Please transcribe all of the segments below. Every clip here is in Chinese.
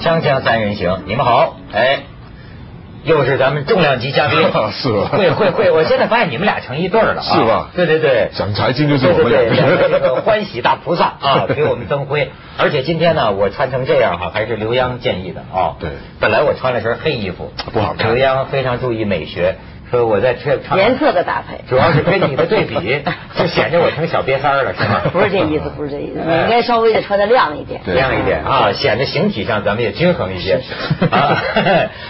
锵锵三人行，你们好，哎，又是咱们重量级嘉宾， 是吧会会会，我现在发现你们俩成一对儿了、啊，是吧对对对，讲财经就是我们对对两个对两个那个欢喜大菩萨 啊，给我们增辉。而且今天呢，我穿成这样哈、还是刘洋建议的啊。对啊本来我穿了身黑衣服，不好看刘洋非常注意美学，说我在这场颜色的搭配主要是跟你的对比，就显得我成小瘪三儿了，是吗？ 不是这意思，不是这意思，你哎应该稍微的穿的亮一点。对亮一点啊，显得形体上咱们也均衡一些嗯是是啊。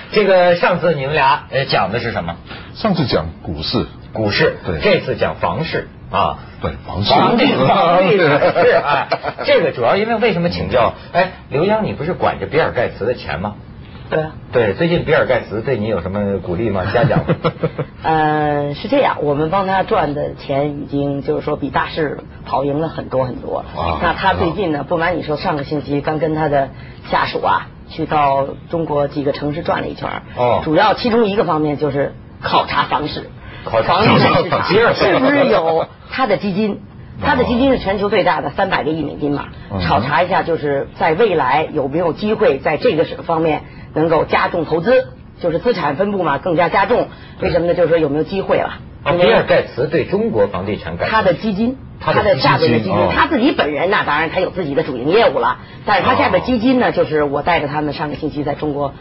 这个上次你们俩呃讲的是什么？上次讲股市，股市，对这次讲房市啊。对房市，房地 房地产市哎这个主要因为为什么请教？嗯哎，刘洋，你不是管着比尔盖茨的钱吗？对啊，对，最近比尔盖茨对你有什么鼓励吗？嘉奖吗？ 呃，是这样，我们帮他赚的钱已经就是说比大市跑赢了很多很多哇。那他最近呢，不瞒你说，上个星期刚跟他的下属啊去到中国几个城市转了一圈儿。哦主要其中一个方面就是考察房市，考察房地考察产比尔市盖茨场是不是有他的基金？哦他的基金是全球最大的，三百个亿美金嘛嗯。考察一下，就是在未来有没有机会在这个方面能够加重投资，就是资产分布嘛更加加重。为什么呢？就是说有没有机会了？啊，比尔盖茨对中国房地产感兴趣他的基金，他他的的下边的基基金哦金，他自己本人呢，当然他有自己的主营业务了，但是他下边基金呢，就是我带着他们上个星期在中国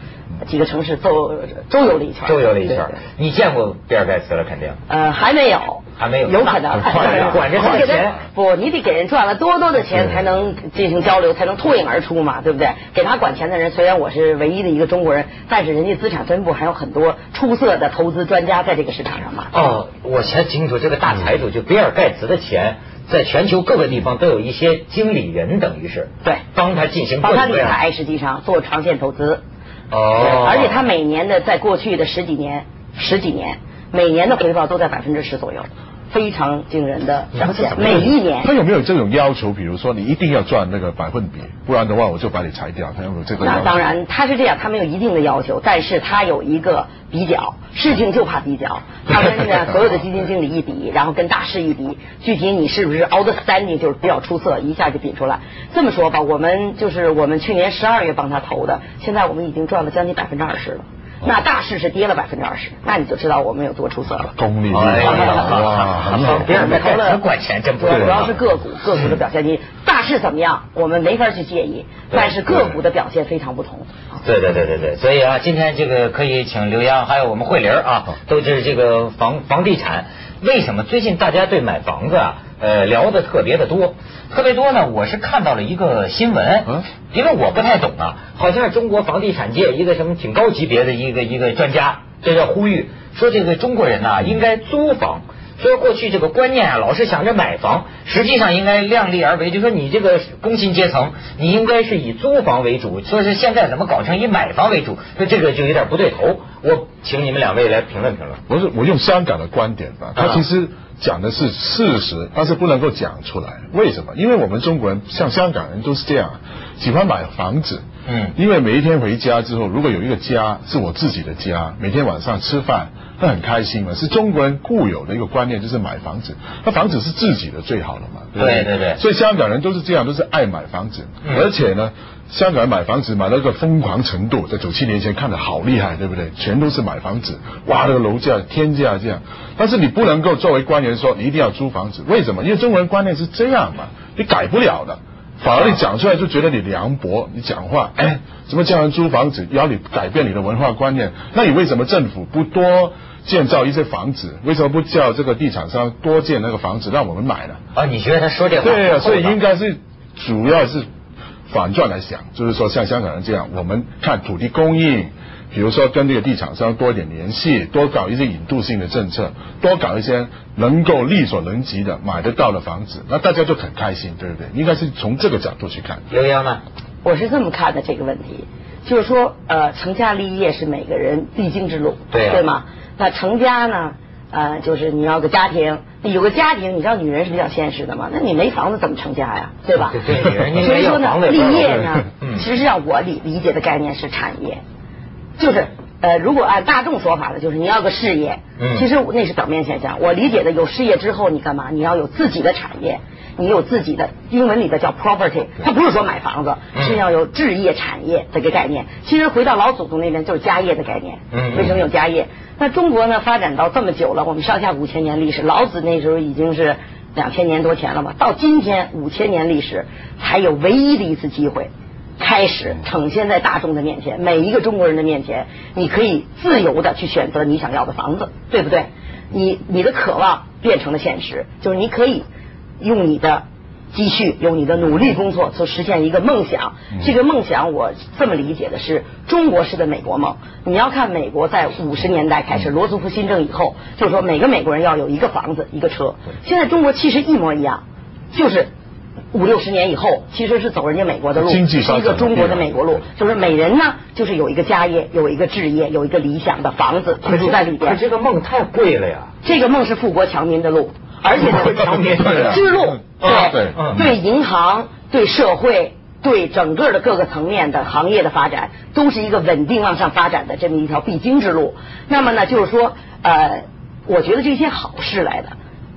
几个城市周周游了一圈，周游了一圈对儿对，你见过比尔盖茨了，肯定。呃，还没有，还没有有可能管 着管着赚你给他钱不，你得给人赚了多多的钱，对才能进行交流，才能脱颖而出嘛，对不对？给他管钱的人，虽然我是唯一的一个中国人，但是人家资产分布还有很多出色的投资专家在这个市场上嘛。哦，我才清楚，这个大财主就比尔盖茨的钱，在全球各个地方都有一些经理人，等于是对帮他进行各帮他种理各样财，实际上做长线投资。哦，而且他每年的在过去的十几年、十几年，每年的回报都在百分之十左右，非常惊人的表现。每一年他有没有这种要求？比如说你一定要赚那个百分比，不然的话我就把你裁掉。他有没有这个要那求？当然，他是这样，他没有一定的要求，但是他有一个比较，事情就怕比较。他跟呢所有的基金经理一比，然后跟大师一比，具体你是不是 outstanding 就是比较出色，一下就比出来。这么说吧，我们就是我们去年十二月帮他投的，现在我们已经赚了将近百分之二十了。哦那大市是跌了百分之二十，那你就知道我们有多出色了。哦功利力哎呀哇，啊很好。别人我们投了不管钱真不啊主要对主要是个股，个股的表现，你大势怎么样，我们没法去介意，对但是个股的表现非常不同。嗯对对对对对，所以啊，今天这个可以请刘洋，还有我们慧玲儿哦啊，都是这个房房地产。为什么最近大家对买房子啊，呃，聊的特别的多，特别多呢？我是看到了一个新闻，嗯因为我不太懂啊，好像是中国房地产界一个什么挺高级别的一个一个专家，这叫呼吁说这个中国人呐、应该租房。说过去这个观念啊，老是想着买房，实际上应该量力而为。就说你这个工薪阶层，你应该是以租房为主。说是现在怎么搞成以买房为主？说这个就有点不对头。我请你们两位来评论评论。我是我用香港的观点啊吧，他其实讲的是事实，但是不能够讲出来。为什么？因为我们中国人像香港人都是这样，喜欢买房子。嗯因为每一天回家之后，如果有一个家是我自己的家，每天晚上吃饭，那很开心嘛。是中国人固有的一个观念，就是买房子。那房子是自己的最好了嘛？不对对对所以香港人都是这样，都是爱买房子，嗯而且呢，香港人买房子买到一个疯狂程度，在九七年前看的好厉害，对不对？全都是买房子，哇，那个楼价天价这样。但是你不能够作为官员说你一定要租房子，为什么？因为中国人观念是这样嘛，你改不了的。反而你讲出来就觉得你凉薄，你讲话，哎，怎么叫人租房子？要你改变你的文化观念，那你为什么政府不多建造一些房子？为什么不叫这个地产商多建那个房子让我们买呢？啊，你觉得他说 这话对不厚啊，道所以应该是主要是反转来想，就是说像香港人这样，我们看土地供应，比如说跟这个地产商多一点联系，多搞一些引渡性的政策，多搞一些能够力所能及的买得到的房子，那大家就很开心，对不对？应该是从这个角度去看。刘洋呢？我是这么看的这个问题，就是说，呃，成家立业是每个人必经之路，对啊吗？那成家呢，呃，就是你要个家庭，有个家庭，你知道女人是比较现实的嘛，那你没房子怎么成家呀，对吧？对对女人应该所以要说房呢，子立业对呢嗯，实际上我理理解的概念是产业，就是。呃，如果按大众说法呢，就是你要个事业，嗯其实我那是表面现象。我理解的，有事业之后你干嘛？你要有自己的产业，你有自己的英文里的叫 property，它不是说买房子，嗯是要有置业产业这个概念。其实回到老祖宗那边就是家业的概念，嗯嗯为什么有家业？那中国呢发展到这么久了，我们上下五千年历史，老子那时候已经是两千年多前了吧？到今天五千年历史，才有唯一的一次机会。开始呈现在大众的面前，每一个中国人的面前，你可以自由的去选择你想要的房子，对不对？你你的渴望变成了现实，就是你可以用你的积蓄，用你的努力工作，所实现一个梦想。这个梦想，我这么理解的是中国式的美国梦。你要看美国在五十年代开始罗斯福新政以后，就是说每个美国人要有一个房子、一个车。现在中国其实一模一样，就是。五六十年以后，其实是走人家美国的路，经济是发展一个中国的对美国路，就是每人呢，就是有一个家业，有一个置业，有一个理想的房子可居是住在里边可。这个梦太贵了呀。这个梦是富国强民的路，而且富国呢，强 民对啊之路，啊对对嗯对银行、对社会、对整个的各个层面的行业的发展，都是一个稳定往上发展的这么一条必经之路。那么呢，就是说，呃，我觉得这些好事来的，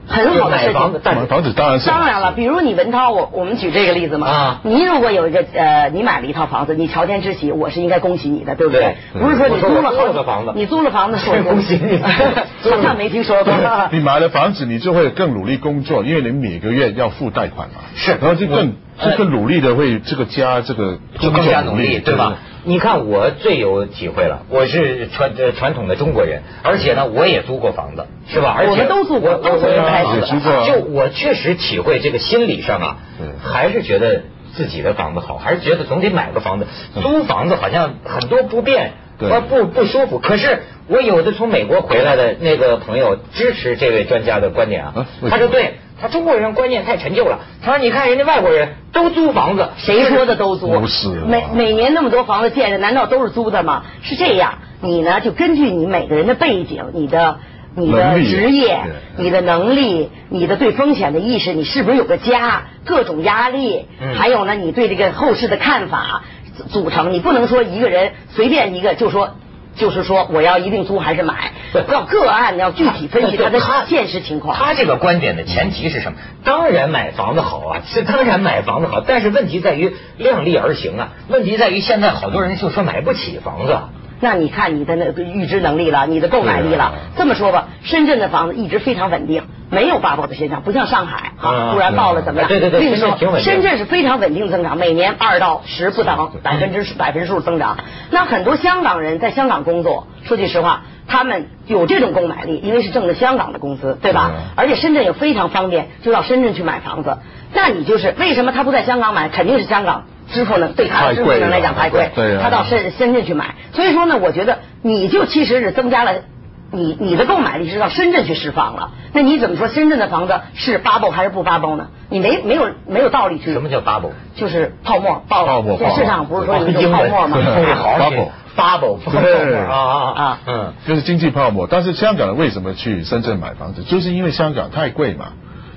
很好的事买房子情。但买房子当然是当然了，比如你文涛，我我们举这个例子嘛，啊你如果有一个呃，你买了一套房子，你朝天之喜，我是应该恭喜你的，对不对？对不是说你我说租我了租了个房子你租了房子，我是 恭喜你 好像没听说过。你买了房子，你就会更努力工作，因为你每个月要付贷款嘛。是然后就更嗯就更努力的会这个加这个就工更作加努力，对吧？？你看我最有体会了，我是传呃传统的中国人，而且呢，我也租过房子，是吧？而且我们都租过我我都从零我开始的我也租过啊就我确实体会这个心理上啊嗯，还是觉得自己的房子好，还是觉得总得买个房子。租房子好像很多不便，对呃不不舒服。可是我有的从美国回来的那个朋友支持这位专家的观点啊啊，为什么他说对。他中国人观念太陈旧了。他说：“你看人家外国人都租房子，谁说的都租？不是啊每每年那么多房子建着，难道都是租的吗？是这样，你呢就根据你每个人的背景、你的你的能力职业、对你的能力、你的对风险的意识，你是不是有个家？各种压力，嗯还有呢，你对这个后世的看法组组成。你不能说一个人随便一个就说。就是说，我要一定租还是 买对，要个案，要具体分析他的现实情况。他这个观点的前提是什么？当然买房子好啊，是当然买房子好，但是问题在于量力而行啊。问题在于现在好多人就说买不起房子，那你看你的那个预知能力了，你的购买力对了啊。这么说吧，深圳的房子一直非常稳定，没有爆爆的现象，不像上海啊啊，突然爆了对怎么样？对对对另深圳说挺稳定深圳是非常稳定增长，每年二到十不等百分之百分数增长。那很多香港人在香港工作，说句实话。他们有这种购买力，因为是挣的香港的工资，对吧对啊？而且深圳也非常方便，就到深圳去买房子。那你就是为什么他不在香港买？肯定是香港支付能对他的太支贵付能来了讲太贵，对啊他到深。深深呃圳去买。所以说呢，我觉得你就其实是增加了你你的购买力是到深圳去释放了。那你怎么说深圳的房子是 bubble 还是不 bubble 呢？你没没有没有道理去什么叫 bubble？就是泡沫爆泡沫现在市场不是哦说有一哦英种泡文沫吗？ 对啊好 bubble 对 bubble 啊啊啊啊，嗯。就是经济泡沫。但是香港人为什么去深圳买房子，就是因为香港太贵嘛。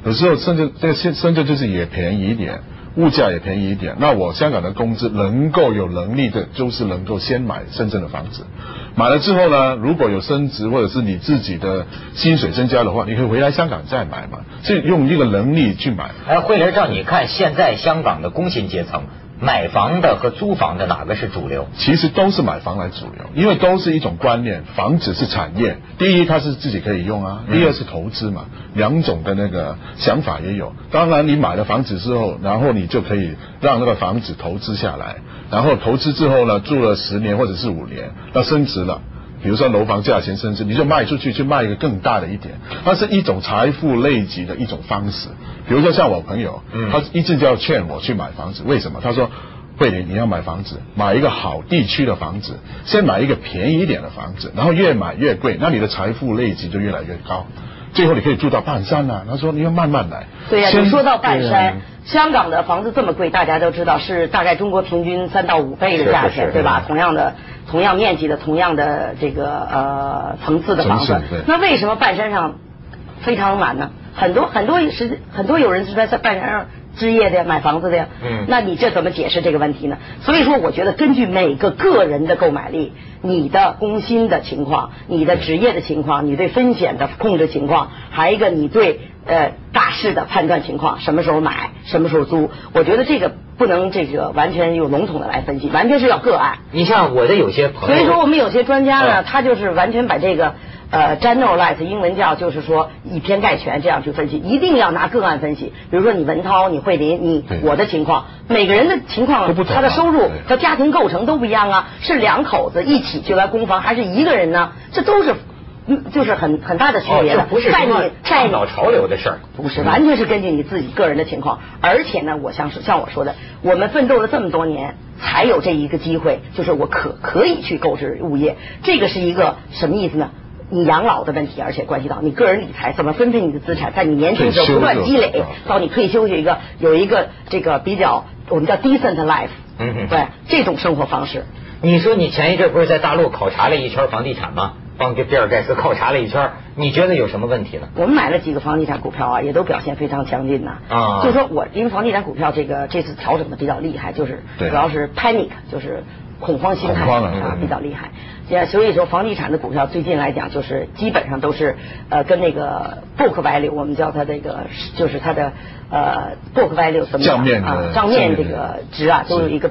有时候深圳这个深深圳就是也便宜一点，物价也便宜一点。那我香港的工资能够有能力的，就是能够先买深圳的房子。买了之后呢，如果有升值或者是你自己的薪水增加的话，你可以回来香港再买嘛，是用一个能力去买。哎，慧玲，照你看，现在香港的工薪阶层买房的和租房的哪个是主流？其实都是买房来主流，因为都是一种观念，房子是产业，第一它是自己可以用啊，第二是投资嘛，两种的那个想法也有。当然，你买了房子之后，然后你就可以让那个房子投资下来，然后投资之后呢，住了十年或者是五年，那升值了。比如说楼房价钱升值，你就卖出去，去卖一个更大的一点，那是一种财富累积的一种方式。比如说像我朋友，嗯他一直就要劝我去买房子，为什么？他说。慧玲，你要买房子，买一个好地区的房子，先买一个便宜一点的房子，然后越买越贵，那你的财富累积就越来越高，最后你可以住到半山呐、他说你要慢慢来。对呀、先你说到半对啊山，香港的房子这么贵，大家都知道是大概中国平均三到五倍的价是是是钱，对吧？同样的、同样面积的、同样的这个呃层次的房子层次对，那为什么半山上非常难呢？很多很多是很多有人是在在半山上置业的呀，买房子的呀，嗯那你这怎么解释这个问题呢？所以说，我觉得根据每个个人的购买力、你的工薪的情况、你的职业的情况、你对风险的控制情况，还有一个你对呃大势的判断情况，什么时候买，什么时候租，我觉得这个不能这个完全用笼统的来分析，完全是要个案。你像我的有些朋所友，以说，我们有些专家呢，嗯他就是完全把这个呃 generalize 英文叫就是说以偏概全这样去分析，一定要拿个案分析。比如说你文涛、你慧林、你对我的情况，每个人的情况都不同啊他的收入对和家庭构成都不一样啊，是两口子一起去来攻防，还是一个人呢？这都是嗯，就是很很大的区哦，别这了。不是在你说在倡你导潮流的事儿，不是，完全是根据你自己个人的情况。而且呢，我像是像我说的，我们奋斗了这么多年，才有这一个机会，就是我可可以去购置物业。这个是一个什么意思呢？你养老的问题，而且关系到你个人理财怎么分配你的资产，在你年轻的时候退休不断积就累是啊，到你退休有一个有一个这个比较我们叫 decent life，嗯嗯对这种生活方式。你说你前一阵不是在大陆考察了一圈房地产吗？帮给比尔盖茨考察了一圈，你觉得有什么问题呢？我们买了几个房地产股票啊，也都表现非常强劲呐、啊就是说我因为房地产股票这个这次调整的比较厉害，就是对主要是 panic，就是恐慌心态恐慌了啊嗯比较厉害。也所以说房地产的股票最近来讲，就是基本上都是呃跟那个 book value，我们叫它这个就是它的呃 book value 怎么账讲面的啊账面账面的这个值啊都有是一个。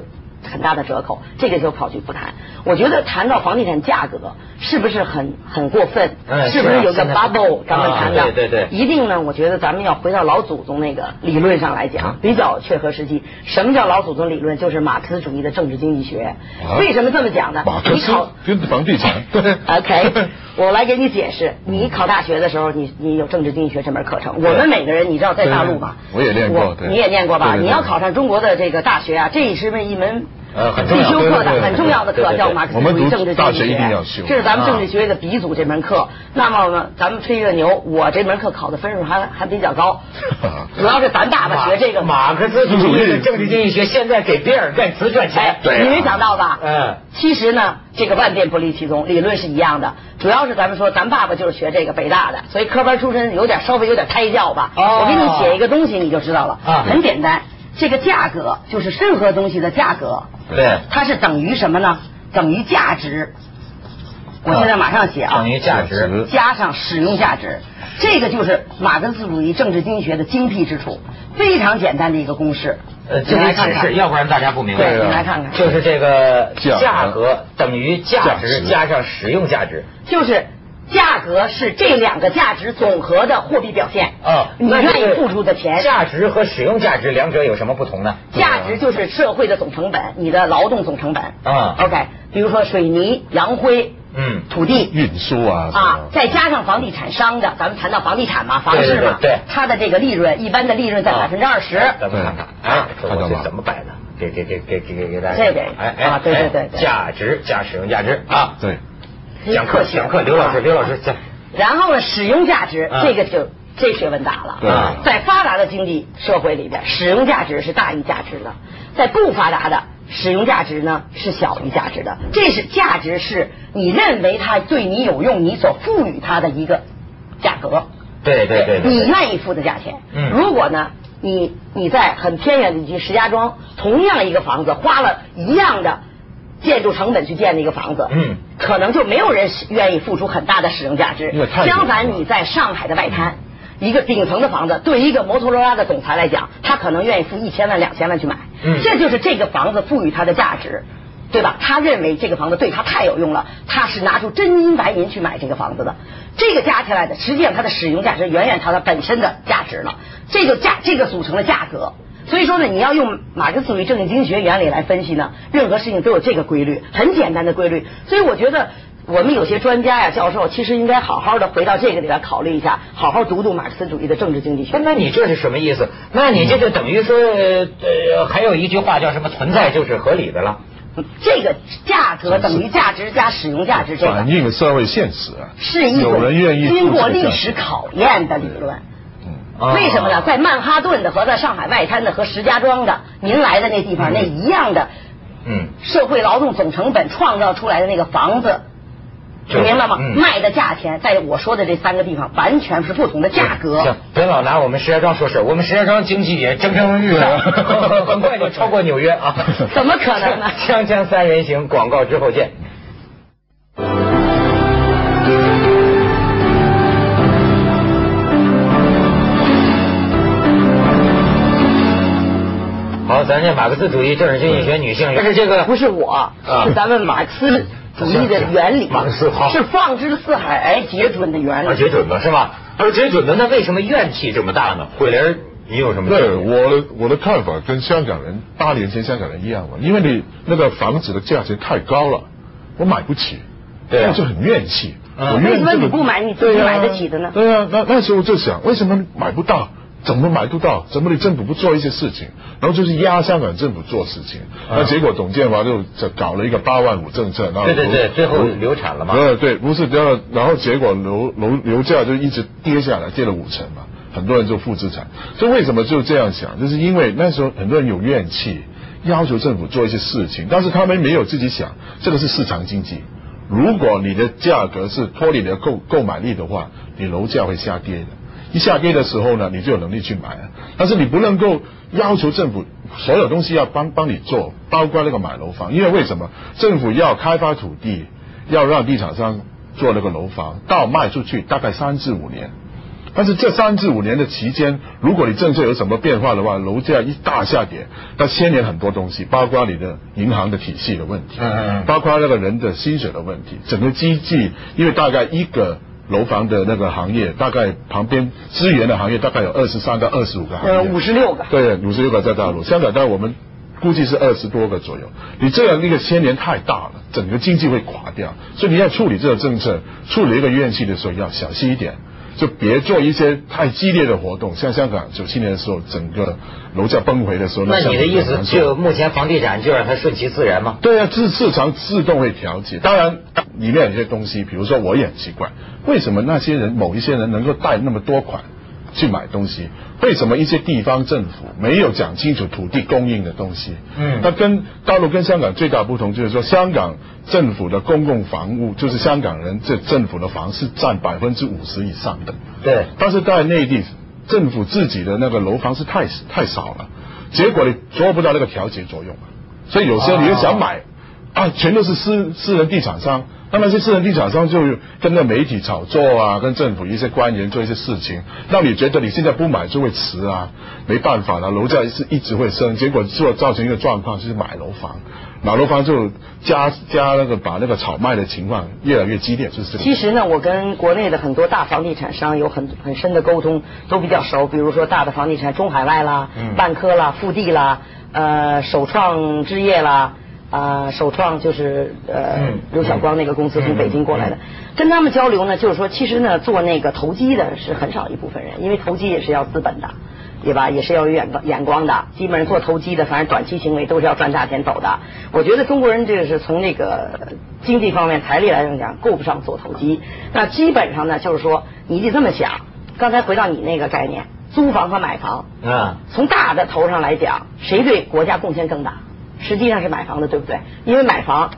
很大的折扣，嗯这个就跑去不谈。我觉得谈到房地产价格是不是很很过分？嗯是不是啊有个现在 bubble？咱们啊谈的、对对对一定呢，我觉得咱们要回到老祖宗那个理论上来啊讲，比较切合实际。什么叫老祖宗理论？就是马克思主义的政治经济学。啊为什么这么讲呢？马克你思 考跟房地产对 OK，我来给你解释。你考大学的时候，你你有政治经济学这门课程。我们每个人，你知道在大陆嘛，对我也练过我对你也念过吧？对对对你要考上中国的这个大学啊，这是一门呃很必重要修课对对的对很重要的对对课，对叫马克思我们主义读政治大经学济一学定要修。啊这是咱们啊政治学的鼻祖这门课。那么呢咱们吹个牛，我这门课考的分数还还比 较高，主要是咱爸爸学这个马克思主义的政治经济学，现在给比尔盖茨赚钱哎，，你没想到吧？啊嗯，其实呢，这个万变不离其宗，理论是一样的。主要是咱们说，咱爸爸就是学这个北大的，所以科班出身，有点稍微有点胎教吧。哦我给你写一个东西，你就知道了。啊很简单，这个价格就是任何东西的价格，对，它是等于什么呢？等于价值。我现在马上写啊，哦等于价值，加上使用价值，这个就是马克思主义政治经济学的精辟之处，非常简单的一个公式。呃，你这来得看解看释，。要不然大家不明白。对啊你来看看就是这个价价格等于价值价值加上使用价值。就是价格是这两个价值总和的货币表现。啊，哦你那这愿个意付出的钱，价值和使用价值两者有什么不同呢？价值就是社会的总成本，你的劳动总成本。啊 OK，比如说水泥、洋灰、嗯，土地。运输啊什啊么，再加上房地产商的，咱们谈到房地产嘛，房对市对对嘛，对它的这个利润，一般的利润在啊百分之二十。咱们看看，对哎，这看到我吗是怎么摆的？给给给给给给给大家，这个哎哎啊对对对对价值加使用价值啊，对，讲课讲课，刘老啊师刘老师讲，然后呢，使用价值、嗯这个就这学问大了。对啊在发达的经济社会里边，使用价值是大于价值的；在不发达的，使用价值呢是小于价值的。这是价值是你认为它对你有用，你所赋予它的一个价格。对对对对对，你愿意付的价钱。嗯如果呢，你你在很偏远的地区石家庄，同样一个房子，花了一样的建筑成本去建的一个房子，嗯，可能就没有人愿意付出很大的使用价值因为太。远了相反，你在上海的外滩。一个顶层的房子，对一个摩托罗拉的总裁来讲，他可能愿意付一千万、两千万去买，嗯这就是这个房子赋予它的价值，对吧？他认为这个房子对他太有用了，他是拿出真金白银去买这个房子的。这个加起来的，实际上它的使用价值远远超它本身的价值了。这就价这个组成了价格。所以说呢，你要用马克思主义政治经济学原理来分析呢，任何事情都有这个规律，很简单的规律。所以我觉得我们有些专家呀、教授，其实应该好好的回到这个里边考虑一下，好好读读马克思主义的政治经济那学。哎那你这是什么意思？那你这就等于说，呃，呃还有一句话叫什么？存在就是合理的了。嗯这个价格等于价值加使用价值，这个反映了社会现实啊，是一有种人愿意经过付出历价值史考验的理论。啊为什么呢？在曼哈顿的和在上海外滩的和石家庄的，您来的那地方那一样的嗯，社会劳动总成本创造出来的那个房子，就是你明白吗？嗯卖的价钱在我说的这三个地方完全是不同的价格。行，别老拿我们石家庄说事儿，我们石家庄经济也蒸蒸日 上，很快就超过纽约啊！怎么可能呢 锵锵三人行，广告之后见。好，咱这马克思主义政治经济学女性，但是这个不是我，啊是咱们马克思主义的原理，马克思好是放之四海而皆准的原二理。姐准的是吧？二姐准的，那为什么怨气这么大呢？慧玲儿，你有什么见解？对，我的我的看法跟香港人八年前香港人一样嘛，因为你那个房子的价钱太高了，我买不起，对啊那就很怨气。嗯我怨为什么这个你不买你自己对啊买得起的呢对啊，那那时候我就想，为什么买不到？怎么买不到？怎么你政府不做一些事情？然后就是压香港政府做事情，嗯那结果董建华就就搞了一个八万五政策，然后对对对楼最后楼流产了嘛对呃对，不是，然后然后结果楼楼楼价就一直跌下来，跌了五成嘛，很多人就负资产。所以为什么就这样想？就是因为那时候很多人有怨气，要求政府做一些事情，但是他们没有自己想，这个是市场经济。如果你的价格是脱离你的购购买力的话，你楼价会下跌的。一下跌的时候呢，你就有能力去买了。但是你不能够要求政府所有东西要帮帮你做，包括那个买楼房，因为为什么政府要开发土地，要让地产商做那个楼房，到卖出去大概三至五年。但是这三至五年的期间，如果你政策有什么变化的话，楼价一大下跌，那牵连很多东西，包括你的银行的体系的问题，嗯嗯嗯包括那个人的薪水的问题，整个经济，因为大概一个。楼房的那个行业，大概旁边资源的行业大概有二十三到二十五个行业，呃，五十六个。对，五十六个在大嗯陆，香港但我们估计是二十多个左右。你这样一个牵连太大了，整个经济会垮掉，所以你要处理这个政策，处理一个怨气的时候要小心一点。就别做一些太激烈的活动，像香港九七年的时候，整个楼价崩溃的时候，那香你港的意很思难做就目前房地产就让它顺其自然吗？对啊，自市场自动会调节。当然，里面有些东西，比如说我也很奇怪，为什么那些人某一些人能够贷那么多款去买东西？为什么一些地方政府没有讲清楚土地供应的东西？嗯那跟大陆跟香港最大不同就是说，香港政府的公共房屋，就是香港人这政府的房是占百分之五十以上的。对但是在内地，政府自己的那个楼房是太太少了，结果你做不到那个调节作用啊。所以有时候你又想买，啊，全都是私私人地产商，那那些私人地产商就跟着媒体炒作啊，跟政府一些官员做一些事情，让你觉得你现在不买就会迟啊，没办法了，楼价是一直会升，结果做造成一个状况就是买楼房。买楼房就加加那个把那个炒卖的情况越来越激烈，就是这个。其实呢，我跟国内的很多大房地产商有很很深的沟通，都比较熟。比如说大的房地产中海外啦、嗯万科啦、复地啦、呃首创置业啦、啊、首创就是呃、嗯刘晓光那个公司从北京过来的。嗯嗯跟他们交流呢，就是说，其实呢，做那个投机的是很少一部分人，因为投机也是要资本的，对吧？也是要有眼光眼光的。基本上做投机的，反正短期行为都是要赚大钱走的。我觉得中国人这个是从那个经济方面、财力来讲，够不上做投机。那基本上呢，就是说，你得这么想。刚才回到你那个概念，租房和买房，啊，从大的头上来讲，谁对国家贡献更大？实际上是买房的，对不对？因为买房，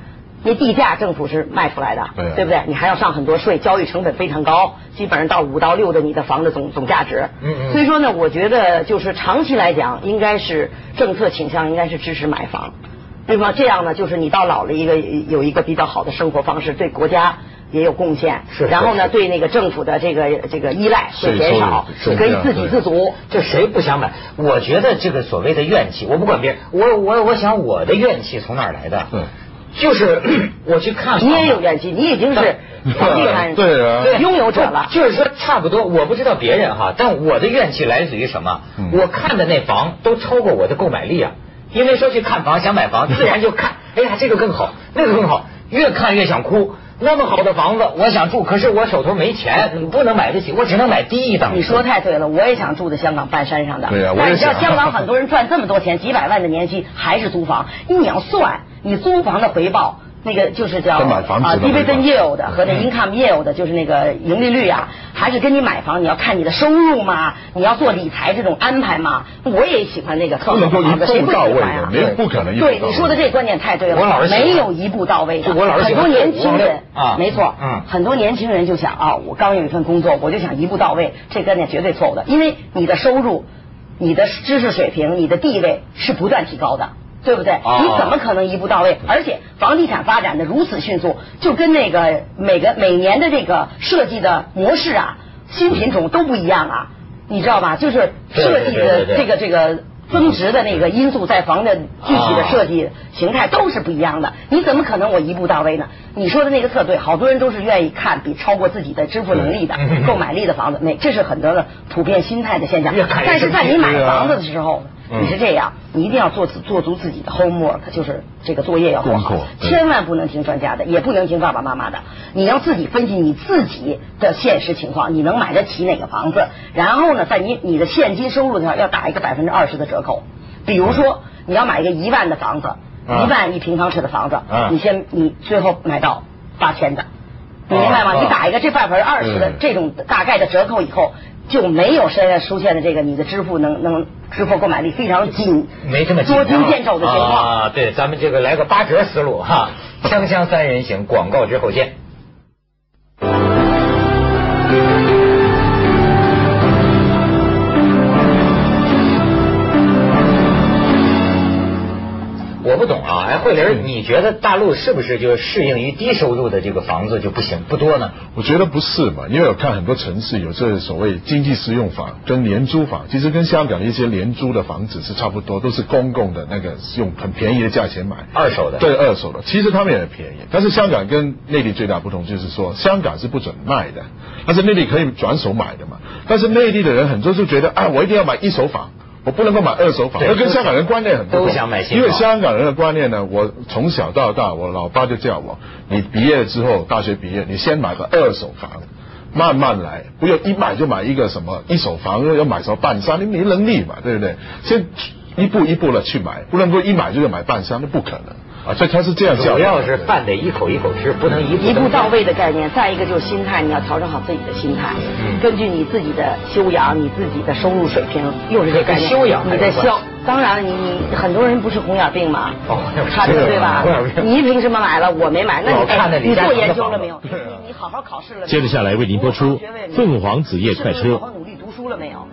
那地价政府是卖出来的，对啊不对？你还要上很多税，交易成本非常高，基本上到五到六的你的房的总总价值。嗯嗯所以说呢，我觉得就是长期来讲，应该是政策倾向应该是支持买房，对吗？这样呢，就是你到老了一个有一个比较好的生活方式，对国家。也有贡献，是然后呢，是对那个政府的这个这个依赖会税减收也少，是你可以这样自给对自足。这谁不想买？我觉得这个所谓的怨气，我不管别人，我我我想我的怨气从哪儿来的？对，就是 我去看你也有怨。怨气，你 已经是房地产对啊对，拥有者了。就是说，差不多，我不知道别人哈，但我的怨气来自于什么？嗯我看的那房都超过我的购买力啊，因为说去看房想买房，自然就看，哎呀，这个更好，那个更好，越看越想哭。那么好的房子，我想住，可是我手头没钱，不能买得起，我只能买低一档。你说太对了，我也想住在香港半山上的。对啊呀我也但是你知道想香港很多人赚这么多钱，几百万的年薪还是租房。你要算你租房的回报那个就是叫跟买嗯房子啊的那个，dividend yield 的和那 income yield 的就是那个盈利率啊，还是跟你买房，你要看你的收入嘛，你要做理财这种安排嘛。我也喜欢那个特不能够好的一步谁不喜到位的欢呀？啊没有不可能一步对到你位说的这个观点太对了，我老是喜欢没有一步到位的。就我老是喜很欢多年轻我人老是啊没错，嗯很多年轻人就想啊，我刚有一份工作，我就想一步到位，这观点绝对错误的，因为你的收入、你的知识水平、你的地位是不断提高的，对不对？哦你怎么可能一步到位？而且房地产发展的如此迅速，就跟那个每个每年的这个设计的模式啊、新品种都不一样啊，你知道吧？就是设对对计对的对对这个这个。增值的那个因素在房的具体啊的设计形态都是不一样的，你怎么可能我一步到位呢？你说的那个特对，好多人都是愿意看比超过自己的支付能力的嗯、购买力的房子，那这是很多的普遍心态的现象越看。越但是在你买生气对啊房子的时候，嗯你是这样，你一定要做自做足自己的 homework，就是这个作业要做好功课，对千万不能听专家的，也不能听爸爸妈妈的，你要自己分析你自己的现实情况，你能买得起哪个房子，然后呢，在你你的现金收入上要打一个百分之二十的折扣，比如说你要买一个一万的房子，嗯一万一平方尺的房子，嗯你先你最后买到八千的，你明白吗？哦哦你打一个这百分之二十的嗯这种大概的折扣以后。就没有现在出现的这个你的支付能能支付购买力非常紧，没这么紧捉张襟见肘的情况。啊！对，咱们这个来个八折思路哈， 锵锵三人行，广告之后见。我不懂啊，哎，慧嗯玲，你觉得大陆是不是就适应于低收入的这个房子就不行不多呢？我觉得不是嘛，因为我看很多城市有这所谓经济适用房跟廉租房，其实跟香港一些廉租的房子是差不多，都是公共的那个用很便宜的价钱买。二手的，对二手的，其实他们也很便宜，但是香港跟内地最大不同就是说，香港是不准卖的，但是内地可以转手买的嘛。但是内地的人很多就觉得，啊，我一定要买一手房，我不能够买二手房，对那跟香港人观念很不同。都想买新因为房香港人的观念呢，我从小到大，我老爸就叫我，你毕业之后，大学毕业，你先买个二手房。慢慢来，不要一买就买一个什么一手房，又要买什么半山，你没能力嘛，对不对？先一步一步的去买，不能够一买就要买半山，那不可能。啊，所以他是这样教主的。要是饭得一口一口吃，不能一步一步登天到。位的概念，再一个就是心态，你要调整好自己的心态，嗯根据你自己的修养、你自己的收入水平，又是这个概念。跟修养还你有关的系消，当然你你很多人不是红眼病嘛，哦红眼病看着对吧红眼？病你凭什么买了，我没买？那我你哎看着你李嘉做诚的研究房了子没有？你对啊你好好考试了没有？接着下来为您播出你有好好学位没有凤凰紫夜快车是不是好好努力读书了没有？